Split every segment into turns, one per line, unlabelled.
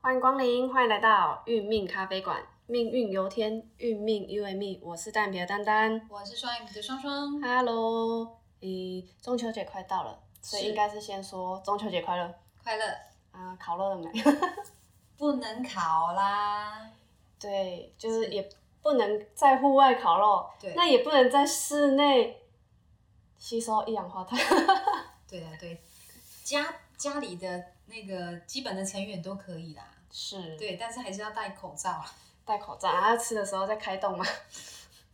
欢迎光临，欢迎来到运命咖啡馆，命运由天，运命由命。我是单眼皮的丹丹。
我是双眼皮的双双，
Hello，咦，中秋节快到了，所以
是
应该是先说中秋节快乐
快乐
啊、烤肉了 没？
不能烤啦，
对，就是也不能在户外烤肉，
对
那也不能在室内吸收一氧化碳。
对啊对，家家里的那个基本的成员都可以啦，
是，
对，但是还是要戴口罩啊。
戴口罩，然后吃的时候再开动嘛。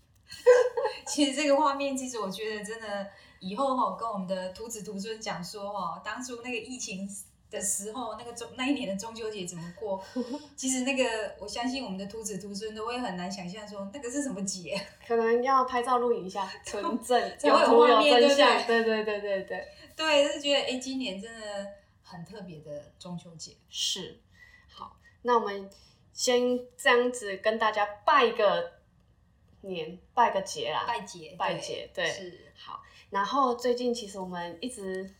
其实这个画面，其实我觉得真的以后哈、跟我们的徒子徒孙讲说哦，当初那个疫情的时候，那个中那一年的中秋节怎么 过，其实那个我相信我们的徒子徒孙都会很难想象说那个是什么节，
可能要拍照录影一下，存证
才
有
会有
图
画
有真
面对不
相。对对对对对，
对，就是觉得哎，今年真的很特别的中秋节。
是。好，那我们先这样子跟大家拜个年，拜个节啦。
拜节，
拜节对
是，
好，然后最近其实我们一直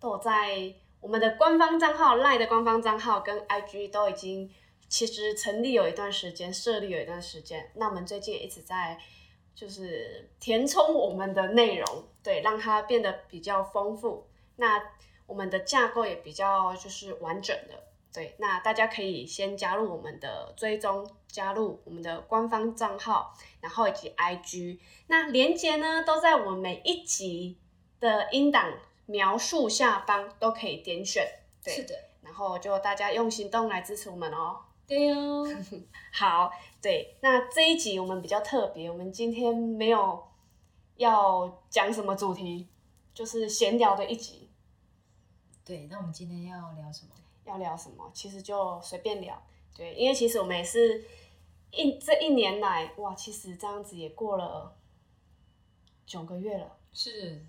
都有在我们的官方账号、赖的官方账号跟 IG 都已经其实成立有一段时间，设立有一段时间。那我们最近也一直在就是填充我们的内容，对，让它变得比较丰富。那我们的架构也比较就是完整的。对，那大家可以先加入我们的追踪，加入我们的官方账号，然后以及 IG，那连接呢，都在我每一集的音档描述下方都可以点选，对
是的，
然后就大家用行动来支持我们哦。
对哦，
好，对，那这一集我们比较特别，我们今天没有要讲什么主题，就是闲聊的一集。
对。那我们今天要聊什么？
要聊什么，其实就随便聊。对，因为其实我们也是一这一年来，哇，其实这样子也过了九个月了。
是，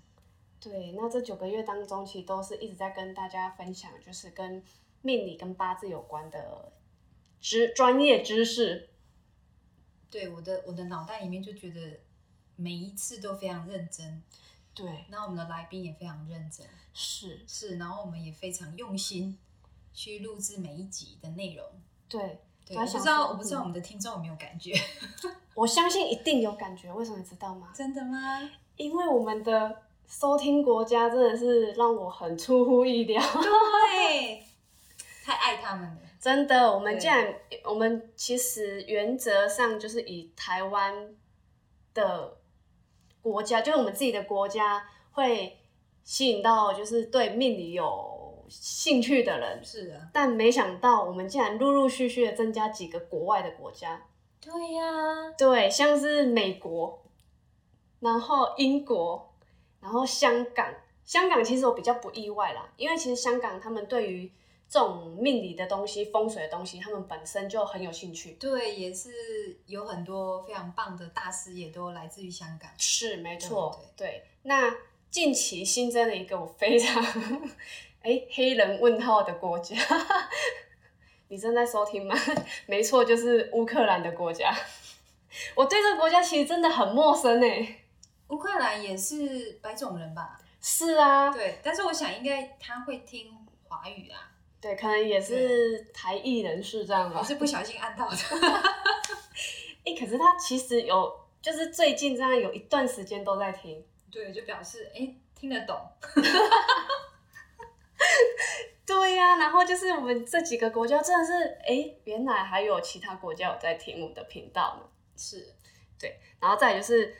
对，那这九个月当中，其实都是一直在跟大家分享，就是跟命理跟八字有关的知专业知识。
对我的我的脑袋里面就觉得每一次都非常认真，
对，
那我们的来宾也非常认真，
是，
是，然后我们也非常用心去录制每一集的内容。
对，
对，
他
啊我
想
不知道，
说
我不知道
嗯
我们的听众有没有感觉？
我相信一定有感觉。为什么你知道吗？
真的吗？
因为我们的收听国家真的是让我很出乎意料。
对，太爱他们了。
真的，我们
对
既然我们其实原则上就是以台湾的国家，就是我们自己的国家，会吸引到就是对命理有兴趣的人。
是啊，
但没想到，我们竟然陆陆续续的增加几个国外的国家，
对呀、
对，像是美国，然后英国，然后香港。香港其实我比较不意外啦，因为其实香港他们对于这种命理的东西、风水的东西，他们本身就很有兴趣。
对，也是有很多非常棒的大师，也都来自于香港。
是，没错，对。那近期新增了一个我非常哎黑人问号的国家， 你正在收听吗？ 没错，就是乌克兰的国家。 我对这个国家其实真的很陌生哎、
乌克兰也是白种人吧？
是啊，
对，但是我想应该他会听华语啊，
对，可能也是台裔人士这样吧
我。是不小心按到的。
哎、可是他其实有，就是最近这样有一段时间都在听。
对，就表示哎、诶听得懂。
对呀、然后就是我们这几个国家真的是，哎、原来还有其他国家有在听我们的频道呢。
是，
然后再来就是，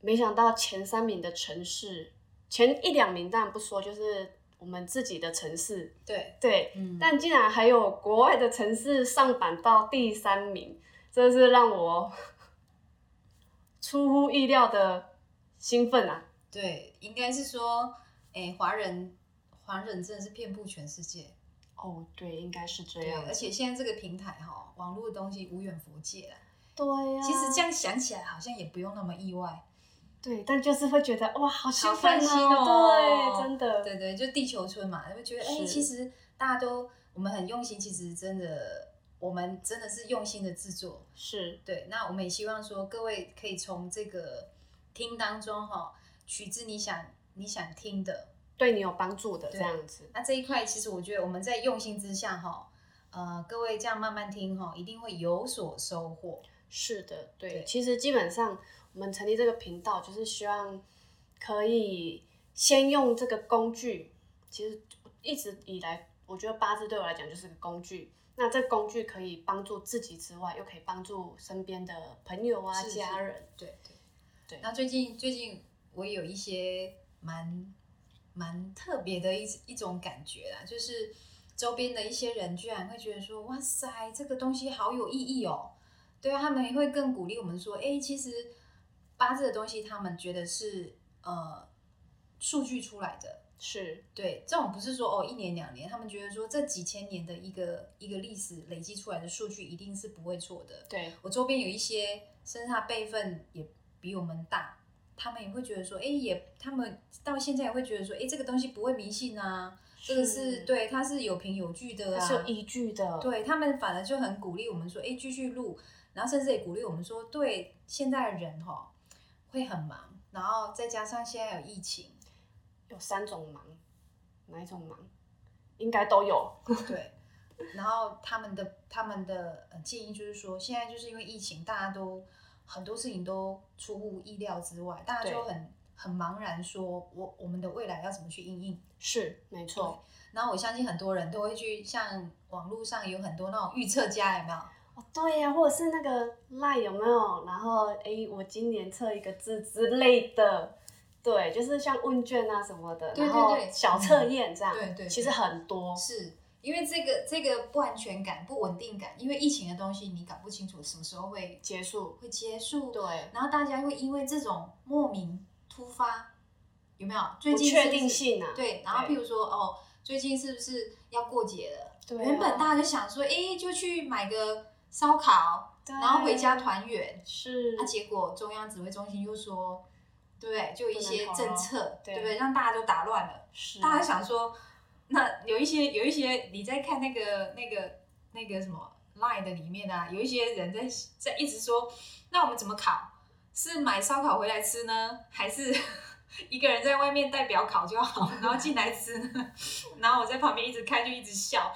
没想到前三名的城市，前一两名当然不说，就是我们自己的城市，
对，
对，
嗯
但竟然还有国外的城市上榜到第三名，真是让我出乎意料的兴奋啊！
对，应该是说，哎、华人华人真的是遍布全世界。
哦，对，啊应该是这
对，
样
而。且现在这个平台哈、网络的东西无远佛界了。
对啊呀、
其实这样想起来，好像也不用那么意外。
对，但就是会觉得哇，好兴
好
奋啊
开心哦
对，真的，
对对，就地球村嘛，会觉得哎、
是
其实大家都我们很用心，其实真的我们真的是用心的制作。
是
对，那我们也希望说各位可以从这个听当中哈、取自你想你想听的。
对你有帮助的这
对
样子。
那这一块其实我觉得我们在用心之下哈、呃，各位这样慢慢听哈，一定会有所收获。
是的，对，
对
其实基本上我们成立这个频道，就是希望可以先用这个工具。其实一直以来，我觉得八字对我来讲就是个工具。那这工具可以帮助自己之外，又可以帮助身边的朋友啊、
是是
家人。
对对
对
那最近最近我有一些蛮蛮特别的一一种感觉啦，就是周边的一些人居然会觉得说，哇塞，这个东西好有意义哦。对啊，他们也会更鼓励我们说，哎，其实八字的东西，他们觉得是呃数据出来的，
是，
对，这种不是说哦一年两年，他们觉得说这几千年的一个一个历史累积出来的数据一定是不会错的。
对，
我周边有一些，甚至他辈分也比我们大，他们也会觉得说，哎、也他们到现在也会觉得说，哎、这个东西不会迷信啊，这个是，对，它是有凭有据的
它
啊，
是有依据的。，
对他们反而就很鼓励我们说，哎、继续录，然后甚至也鼓励我们说，对，现在的人哈会很忙，然后再加上现在有疫情，
有三种忙，哪一种忙？应该都有。
对，然后他们的他们的呃建议就是说，现在就是因为疫情，大家都很多事情都出乎意料之外，大家就
对
很很茫然说，我我们的未来要怎么去应应？
是，没错。
然后我相信很多人都会去，像网络上有很多那种预测家，有没有？
哦，对呀、或者是那个赖有没有？然后诶，我今年测一个字之类的，对，就是像问卷啊什么的，
对对
然后
对
小测验这样，
对对对
其实很多，
是因为这个这个不安全感、不稳定感，因为疫情的东西，你搞不清楚什么时候会
结束，
会结束，
对，
然后大家会因为这种莫名突发，有没有？最
不
近是不
确定
是
性啊，
对，然后譬
对
如说哦，最近是不是要过节了？
对啊
原本大家就想说，哎，就去买个烧烤，
对啊
然后回家团圆。
是
那、结果中央指挥中心又说，对不对？就有一
不能
些
烤肉
政策，
对
对不对？让大家都打乱了。
是，
大家想说，那有一些有一些你在看那个那个那个什么 Line 的里面啊，有一些人在在一直说，那我们怎么烤？是买烧烤回来吃呢，还是 一个人在外面带表烤就好，然后进来吃呢？ 然后我在旁边一直看，就一直笑，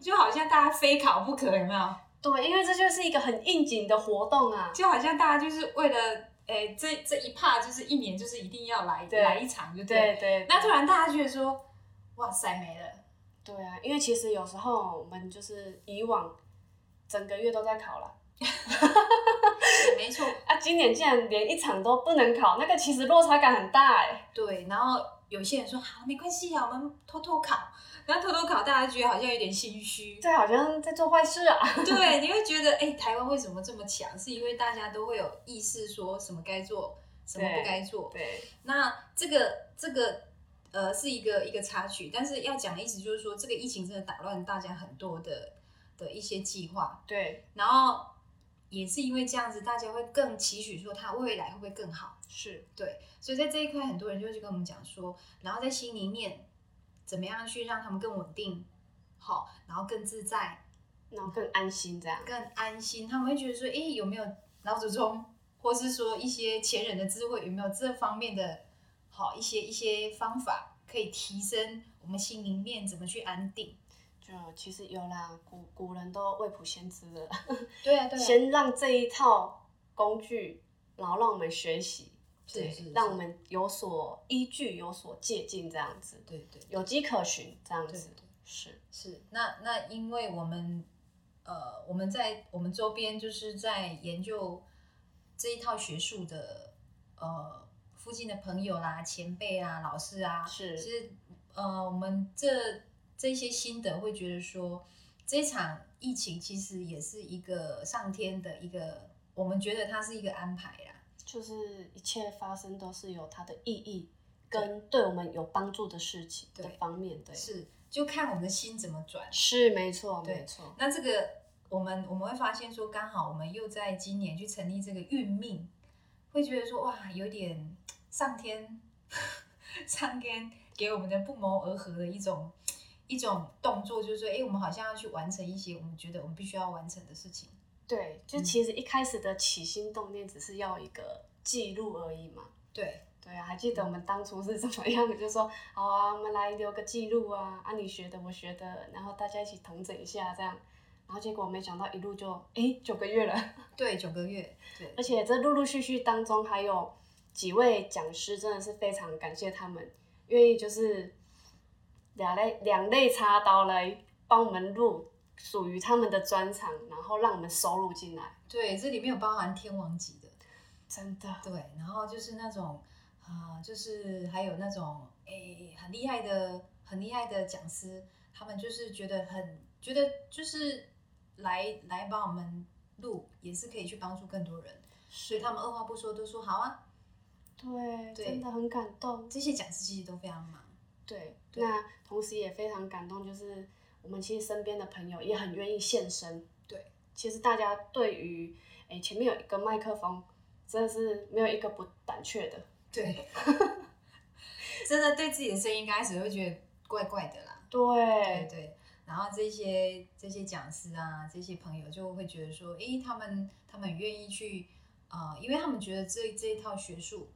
就好像大家非烤不可，有没有？
对，因为这就是一个很应景的活动啊，
就好像大家就是为了。诶，这这一趴就是一年，就是一定要来
对
来一场，就对了。
对对，
那突然大家觉得说，哇塞，没了，
对啊，因为其实有时候我们就是以往整个月都在考了。
没错，
啊，今年竟然连一场都不能考，那个其实落差感很大哎、
对，然后有些人说好、没关系啊，我们偷偷考，然后偷偷考，大家觉得好像有点 心虚。
这好像在做坏事啊。
对，你会觉得哎、台湾为什么这么强？是因为大家都会有意识，说什么该做，什么不该做。
对，
那这个这个呃是一个一个插曲，但是要讲的意思就是说，这个疫情真的打乱大家很多的的一些计划，
对，
然后也是因为这样子，大家会更期许说它未来会不会更好。
是，
对，所以在这一块，很多人就会去跟我们讲说，然后在心里面怎么样去让他们更稳定，好，然后更自在、
然后更安心这样。
更安心。他们会觉得说，诶，有没有老祖宗，或是说一些前人的智慧，有没有这方面的好一些一些方法，可以提升我们心里面怎么去安定？
就其实有啦，古古人都未卜先知的，
对啊，对啊，
先让这一套工具，然后让我们学习，
是
对
是是
让我们有所依据，有所借鉴这样子，
对对
有迹可循这样子
对对。
是，
是，那那因为我们呃，我们在我们周边就是在研究这一套学术的呃附近的朋友啦、前辈啊、老师啊，
是
其实呃，我们这这些心得会觉得说，这场疫情其实也是一个上天的一个，我们觉得它是一个安排啦。
就是一切发生都是有它的意义，跟对我们有帮助的事情的
对
方面，对，
是，就看我们的心怎么转。
是没错，
对
没错，
那这个我们我们会发现说，刚好我们又在今年去成立这个运命，会觉得说哇，有点上天 上天给我们的不谋而合的一种一种动作，就是说，哎，我们好像要去完成一些我们觉得我们必须要完成的事情。
对，就
嗯
其实一开始的起心动念只是要一个记录而已嘛。
对，
对啊，还记得我们当初是怎么样？就说好啊，我们来留个记录啊，啊你学的我学的，然后大家一起统整一下这样。然后结果没想到一路就诶九个月了，
对，九个月，
而且这陆陆续续当中还有几位讲师，真的是非常感谢他们，愿意就是两肋两肋插刀来帮我们录属于他们的专场，然后让我们收录进来，
对，这里面有包含天王级的，
真的
对，然后就是那种啊、呃就是还有那种诶、很厉害的、很厉害的讲师，他们就是觉得很觉得就是来来帮我们录，也是可以去帮助更多人，所以他们二话不说都说好啊。
对，
对
真的很感动。
这些讲师其实都非常忙，
对，
对
那同时也非常感动，就是我们其实身边的朋友也很愿意现身。
对，
其实大家对于诶、前面有一个麦克风，真的是没有一个不胆怯的。
对， 真的对自己的声音刚开始会觉得怪怪的啦，对
对，
对。然后这些这些讲师啊，这些朋友就会觉得说，诶，他们他们愿意去，呃，因为他们觉得这这一套学术，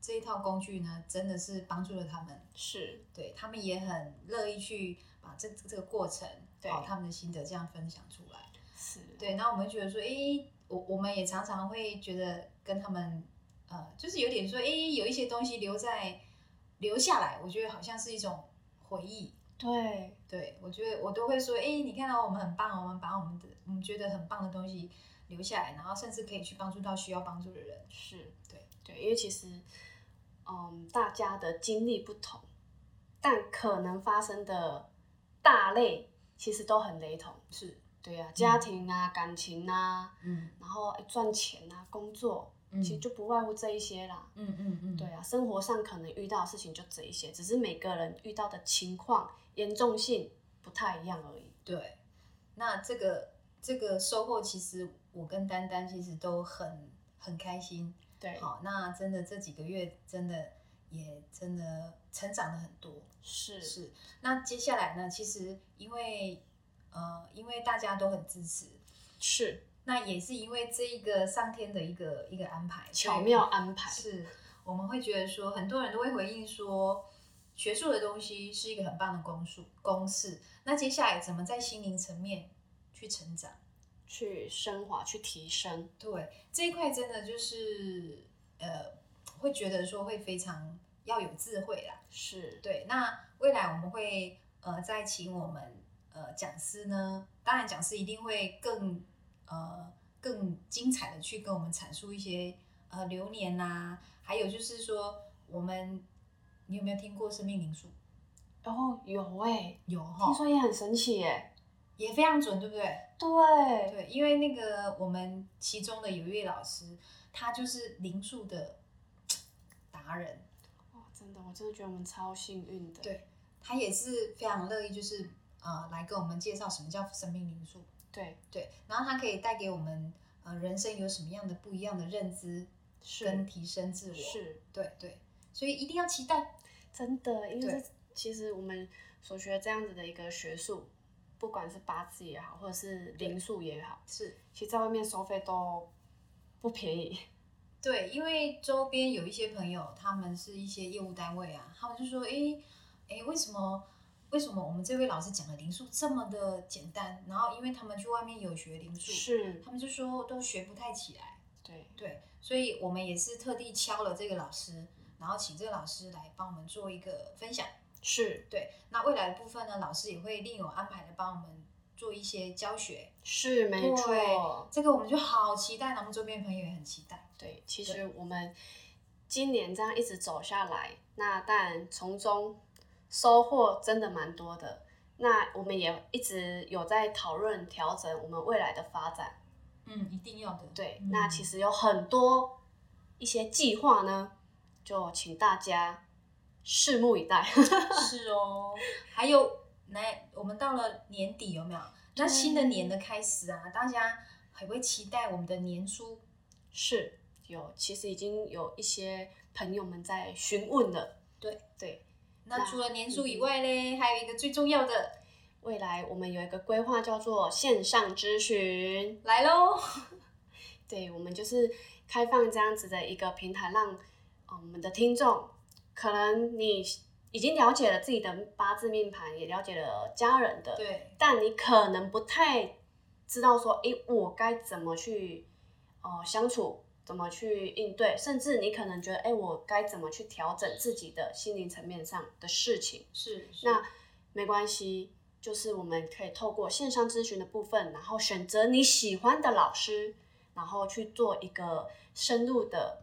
这一套工具呢，真的是帮助了他们，
是，
对他们也很乐意去把这这个过程，
对
哦，他们的心得这样分享出来。
是，
对，然后我们觉得说，诶，我我们也常常会觉得跟他们，呃，就是有点说，诶，有一些东西留在留下来，我觉得好像是一种回忆。
对，
对我觉得我都会说，诶，你看到我们很棒，我们把我们的我们觉得很棒的东西留下来，然后甚至可以去帮助到需要帮助的人。
是，
对
对，因为其实，嗯，大家的经历不同，但可能发生的大类其实都很雷同。
是，
对呀、家庭啊，感情啊，
嗯
然后诶赚钱啊，工作，
嗯
其实就不外乎这一些啦。
嗯嗯嗯，
对啊，生活上可能遇到的事情就这一些，只是每个人遇到的情况严重性不太一样而已。
对，那这个这个收获，其实我跟丹丹其实都很很开心。
对，
好，那真的这几个月真的也真的成长了很多。
是
是，那接下来呢？其实因为呃，因为大家都很支持，
是，
那也是因为这一个上天的一个一个安排，所以
巧妙安排。
是我们会觉得说，很多人都会回应说，学术的东西是一个很棒的公数公式。那接下来怎么在心灵层面去成长？
去升华，去提升，
对这一块真的就是呃，会觉得说会非常要有智慧啦。
是
对，那未来我们会呃再请我们呃讲师呢，当然讲师一定会更呃更精彩的去跟我们阐述一些呃流年啦、还有就是说我们你有没有听过生命灵数？
哦，有哎、
有
听
哈，
说也很神奇耶、
也非常准，对不对？
对，
对，因为那个我们其中的有一位老师，他就是灵数的达人，
哇，哦真的，我真的觉得我们超幸运的。
对他也是非常乐意就是呃来跟我们介绍什么叫生命灵数。
对，
对，然后它可以带给我们呃人生有什么样的不一样的认知跟
是
提升自我。，
是，
对对，所以一定要期待。
真的，因为
对
这其实我们所学这样子的一个学术，不管是八字也好，或者是灵数也好，
是
其实在外面收费都不便宜。
对，因为周边有一些朋友，他们是一些业务单位啊，他们就说，诶诶，为什么？为什么我们这位老师讲的灵数这么的简单？然后因为他们去外面有学灵数，
是，
他们就说都学不太起来。
对，
对，所以我们也是特地敲了这个老师，然后请这个老师来帮我们做一个分享。
是
对，那未来的部分呢，老师也会另有安排的帮我们做一些教学。
是没错
对，这个我们就好期待，然后我们周边朋友也很期待。
对，其实我们今年这样一直走下来，那当然从中收获真的蛮多的。那我们也一直有在讨论调整我们未来的发展，
嗯，一定要的。
对，
嗯
那其实有很多一些计划呢，就请大家拭目以待。
是哦。还有，来，我们到了年底有没有？那
对
新的年的开始啊，大家还会期待我们的年书。
是有，其实已经有一些朋友们在询问了。
对
对，嗯
那
那
除了年书以外嘞，还有一个最重要的
未来我们有一个规划叫做线上咨询，
来喽。
对，我们就是开放这样子的一个平台，让、呃、我们的听众，可能你已经了解了自己的八字命盘，也了解了家人的，
对
但你可能不太知道说，诶，我该怎么去呃相处，怎么去应对，甚至你可能觉得，诶，我该怎么去调整自己的心灵层面上的事情。
是是
那没关系，就是我们可以透过线上咨询的部分，然后选择你喜欢的老师，然后去做一个深入的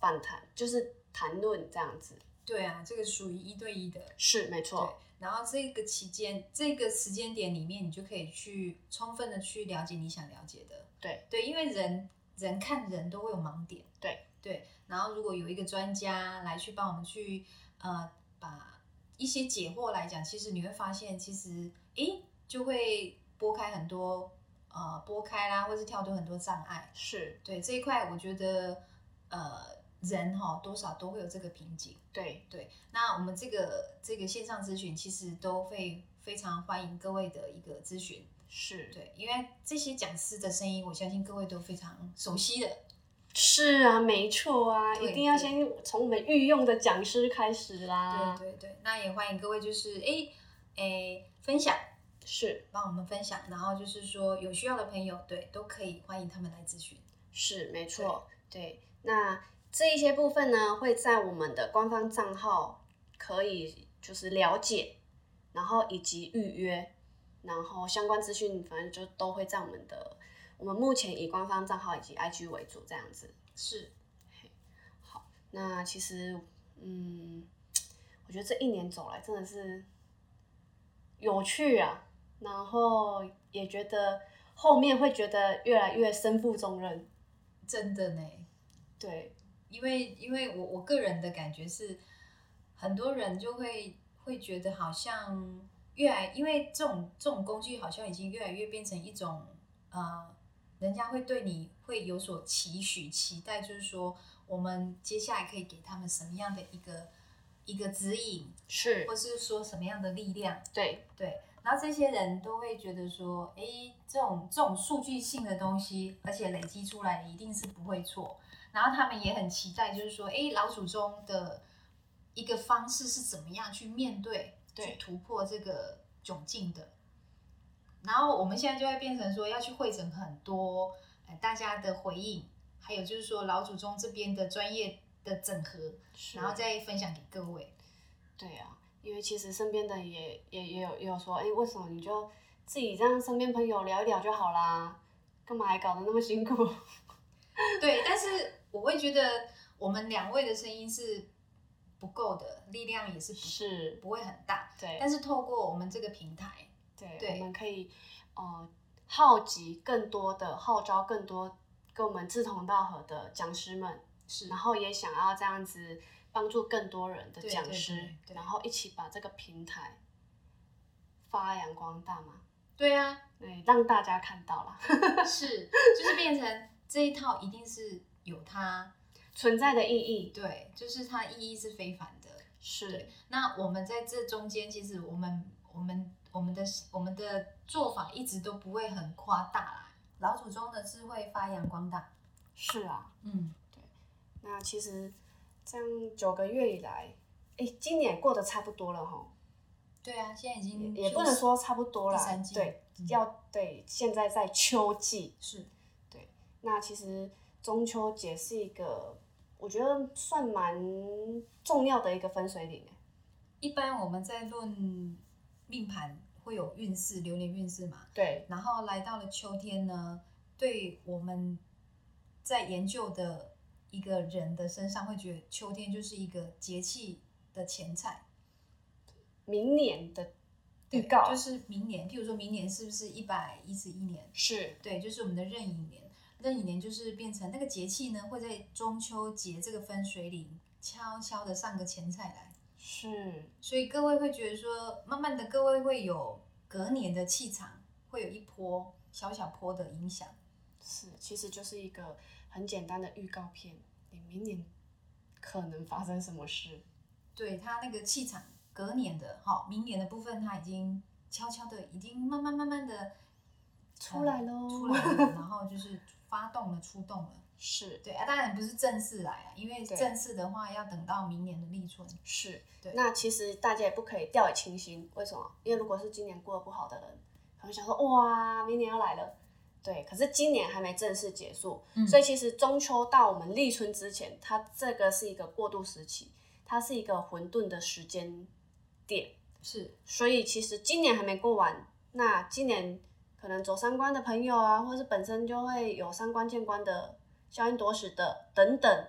访谈，就是谈论这样子。
对啊，这个属于一对一的。
是，没错，
然后这个期间，这个时间点里面，你就可以去充分的去了解你想了解的。
对
对，因为人人看人都会有盲点。
对
对，然后如果有一个专家来去帮我们去呃把一些解惑来讲，其实你会发现，其实诶就会拨开很多呃拨开啦，或是跳脱很多障碍。
是，
对这一块，我觉得呃人哈、多少都会有这个瓶颈。
对，
对，那我们这个这个线上咨询其实都会非常欢迎各位的一个咨询，
是，
对，因为这些讲师的声音，我相信各位都非常熟悉的，
是啊，没错啊，
对
一定要先从我们御用的讲师开始啦。
对对对，那也欢迎各位就是哎哎分享，
是
帮我们分享，然后就是说有需要的朋友，对，都可以欢迎他们来咨询，
是，没错，对。那这一些部分呢，会在我们的官方账号可以就是了解，然后以及预约，然后相关资讯，反正就都会在我们的。我们目前以官方账号以及 IG 为主，这样子。
是
那其实，嗯，我觉得这一年走来真的是有趣啊，然后也觉得后面会觉得越来越身负重任，
真的呢，
对，
因为因为我我个人的感觉是，很多人就会会觉得好像越来，因为这种这种工具好像已经越来越变成一种呃，人家会对你会有所期许期待，就是说我们接下来可以给他们什么样的一个一个指引，
是
或是说什么样的力量，
对，
对。然后这些人都会觉得说，诶，这种这种数据性的东西，而且累积出来的一定是不会错。然后他们也很期待，就是说，诶，老祖宗的一个方式是怎么样去面对、
对
去突破这个窘境的。然后我们现在就会变成说，要去会诊很多呃大家的回应，还有就是说老祖宗这边的专业的整合，然后
再
再分享给各位。
对啊，因为其实身边的也也也有也有说，哎，为什么你就自己让身边朋友聊一聊就好啦，干嘛还搞得那么辛苦？
对，但是我会觉得我们两位的声音是不够的，力量也是不
是，
不会很大。
对，
但是透过我们这个平台，
对，
对
我们可以呃号集更多的号召更多跟我们志同道合的讲师们，
是
然后也想要这样子帮助更多人的
对
讲
对
师，
对对
然后一起把这个平台发扬光大嘛，
对啊，
对，让大家看到啦
是就是变成这一套一定是有它，
存在的意义。
对，就是它意义是非凡的。
是
对，那我们在这中间，其实我们我们我们的我们的做法一直都不会很夸大啦，老祖宗的智慧发扬光大。
是啊，
嗯，
那其实这样九个月以来，哎，今年过得差不多了哈，
对啊，现在已经
也
就
不能
是
说差不多
第
啦
三，季
对，
嗯
要对，现在在秋季，
是
那其实中秋节是一个，我觉得算蛮重要的一个分水岭欸。
一般我们在论命盘会有运势、流年运势嘛，
对，
然后来到了秋天呢，对我们在研究的一个人的身上，会觉得秋天就是一个节气的前菜
明年的预
对
告
就是明年，譬如说明年是不是一百一十一年？
是
对，就是我们的壬寅年，壬寅年就是变成那个节气呢，会在中秋节这个分水岭悄悄的上个前菜来。
是
所以各位会觉得说，慢慢的各位会有隔年的气场，会有一波小小波的影响。
是，其实就是一个很简单的预告片，你明年可能发生什么事。
对它那个气场，隔年的哈，明年的部分它已经悄悄的，已经慢慢慢慢的
出来喽
嗯出来了， 然后就是发动了，出动了。
是
对啊，当然不是正式来啊，因为
对
正式的话要等到明年的立春。
是
对，
那其实大家也不可以掉以轻心，为什么？因为如果是今年过得不好的人，可能想说哇，明年要来了，对，可是今年还没正式结束，
嗯
所以其实中秋到我们立春之前，它这个是一个过渡时期，它是一个混沌的时间点，
是
所以其实今年还没过完，那今年可能走三关的朋友啊，或是本身就会有三关见关的、消音夺食的等等，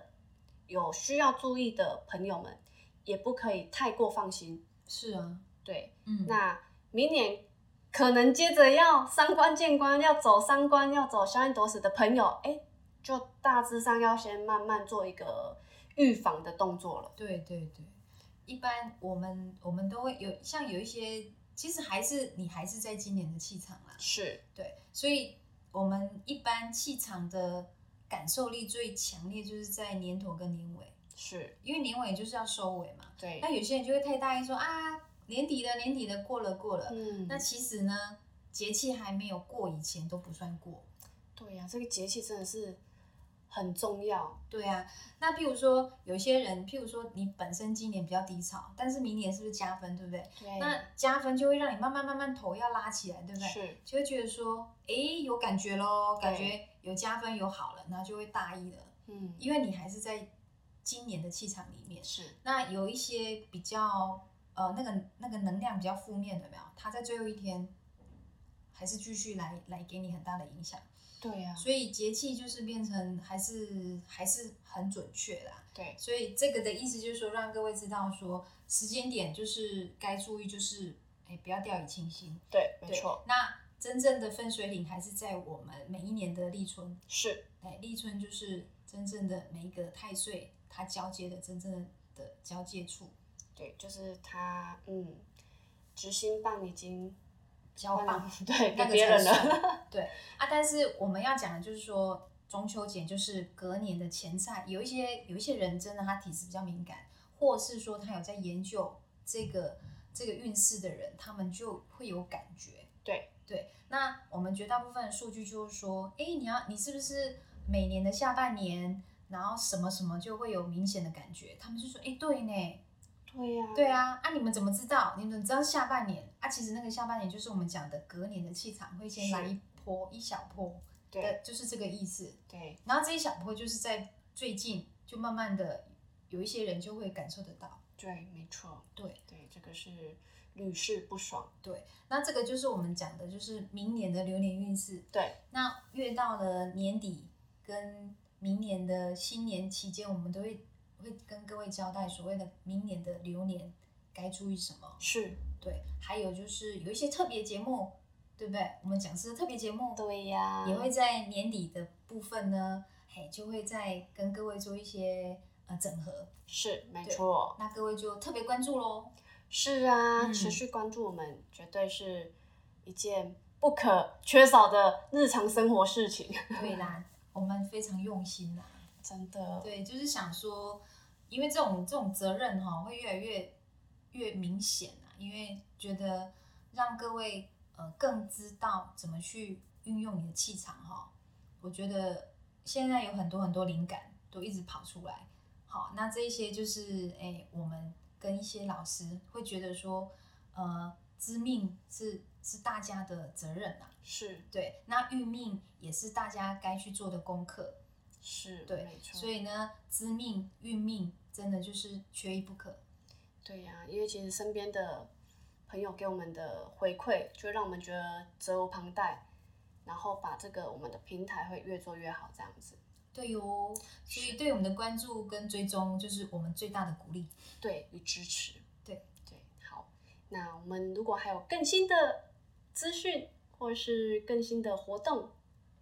有需要注意的朋友们，也不可以太过放心。
是啊，
对，
嗯，
那明年可能接着要三关见关，要走三关，要走消音夺食的朋友，哎，就大致上要先慢慢做一个预防的动作了。
对对对，一般我们我们都会有像有一些，其实还是你还是在今年的气场啦，
是，
对，所以我们一般气场的感受力最强烈就是在年头跟年尾，
是，
因为年尾就是要收尾嘛。
对
那，有些人就会太大意说啊，年底了，年底了，过了过了。
嗯
那其实呢，节气还没有过以前都不算过。
对呀、这个节气真的是很重要。
对啊，那譬如说有些人，譬如说你本身今年比较低潮，但是明年是不是加分，对不对？
对
那加分就会让你慢慢慢慢头要拉起来，对不对？
是
就会觉得说，诶，有感觉咯，感
对
觉有加分有好了，然后就会大意了，
嗯
因为你还是在今年的气场里面。
是
那有一些比较呃那个那个能量比较负面的有没有？它在最后一天还是继续来来给你很大的影响，
对呀、
所以节气就是变成还是还是很准确啦。
对
所以这个的意思就是说，让各位知道说时间点就是该注意，就是哎不要掉以轻心。
对，没
对
错，
那真正的分水岭还是在我们每一年的立春，
是
哎，立春就是真正的每一个太岁它交接的真正的交界处。
对，就是他嗯，执行棒已经
交棒
帮你对给
那个
别
才
人
算
了，
对啊，但是我们要讲的就是说，中秋节就是隔年的前菜。有一些有一些人真的他体质比较敏感，或是说他有在研究这个这个运势的人，他们就会有感觉。
对
对，那我们绝大部分的数据就是说，哎，你要你是不是每年的下半年，然后什么什么就会有明显的感觉？他们就说，哎，对呢，
对呀、
对啊，啊，你们怎么知道？你们知道下半年啊？其实那个下半年就是我们讲的隔年的气场会先
是
来一波一小波
对
的，就是这个意思。
对
然后这一小波就是在最近就慢慢的有一些人就会感受得到。
对，没错，
对
对，这个是屡试不爽，
那这个就是我们讲的，就是明年的流年运势。
对
那越到了年底跟明年的新年期间，我们都会会跟各位交代所谓的明年的流年该注意什么。
是，
对，还有就是有一些特别节目，对不对？我们讲师的特别节目
对呀、
也会在年底的部分呢，嘿，就会再跟各位做一些呃整合，
是没
对
错，
那各位就特别关注喽。
是啊，
嗯
持续关注我们绝对是一件不可缺少的日常生活事情。
对啦，我们非常用心啦。
真的，
对，就是想说，因为这种这种责任哈、会越来越越明显啊，因为觉得让各位呃更知道怎么去运用你的气场哈、我觉得现在有很多很多灵感都一直跑出来。好，那这一些就是哎，我们跟一些老师会觉得说，呃，知命是是大家的责任啊，
是
对，那运命也是大家该去做的功课。
是，
对
没错。
所以呢，知命运命真的就是缺一不可。
对呀、因为其实身边的朋友给我们的回馈，就会让我们觉得责无旁贷，然后把这个我们的平台会越做越好，这样子。
对哟，所以对我们的关注跟追踪，就是我们最大的鼓励。
对与支持。
对
对，好，那我们如果还有更新的资讯或是更新的活动，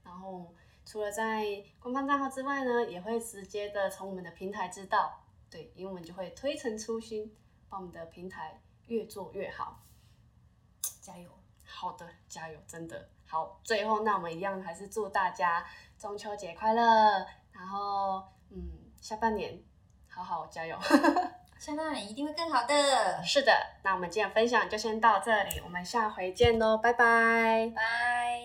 然后除了在官方账号之外呢，也会直接的从我们的平台知道。对，因为我们就会推陈出新，把我们的平台越做越好。
加油！
好的，加油，真的好。最后，那我们一样还是祝大家中秋节快乐，然后嗯，下半年好好加油。
下半年一定会更好的。
是的，那我们今天的分享就先到这里，我们下回见喽，拜拜。
拜。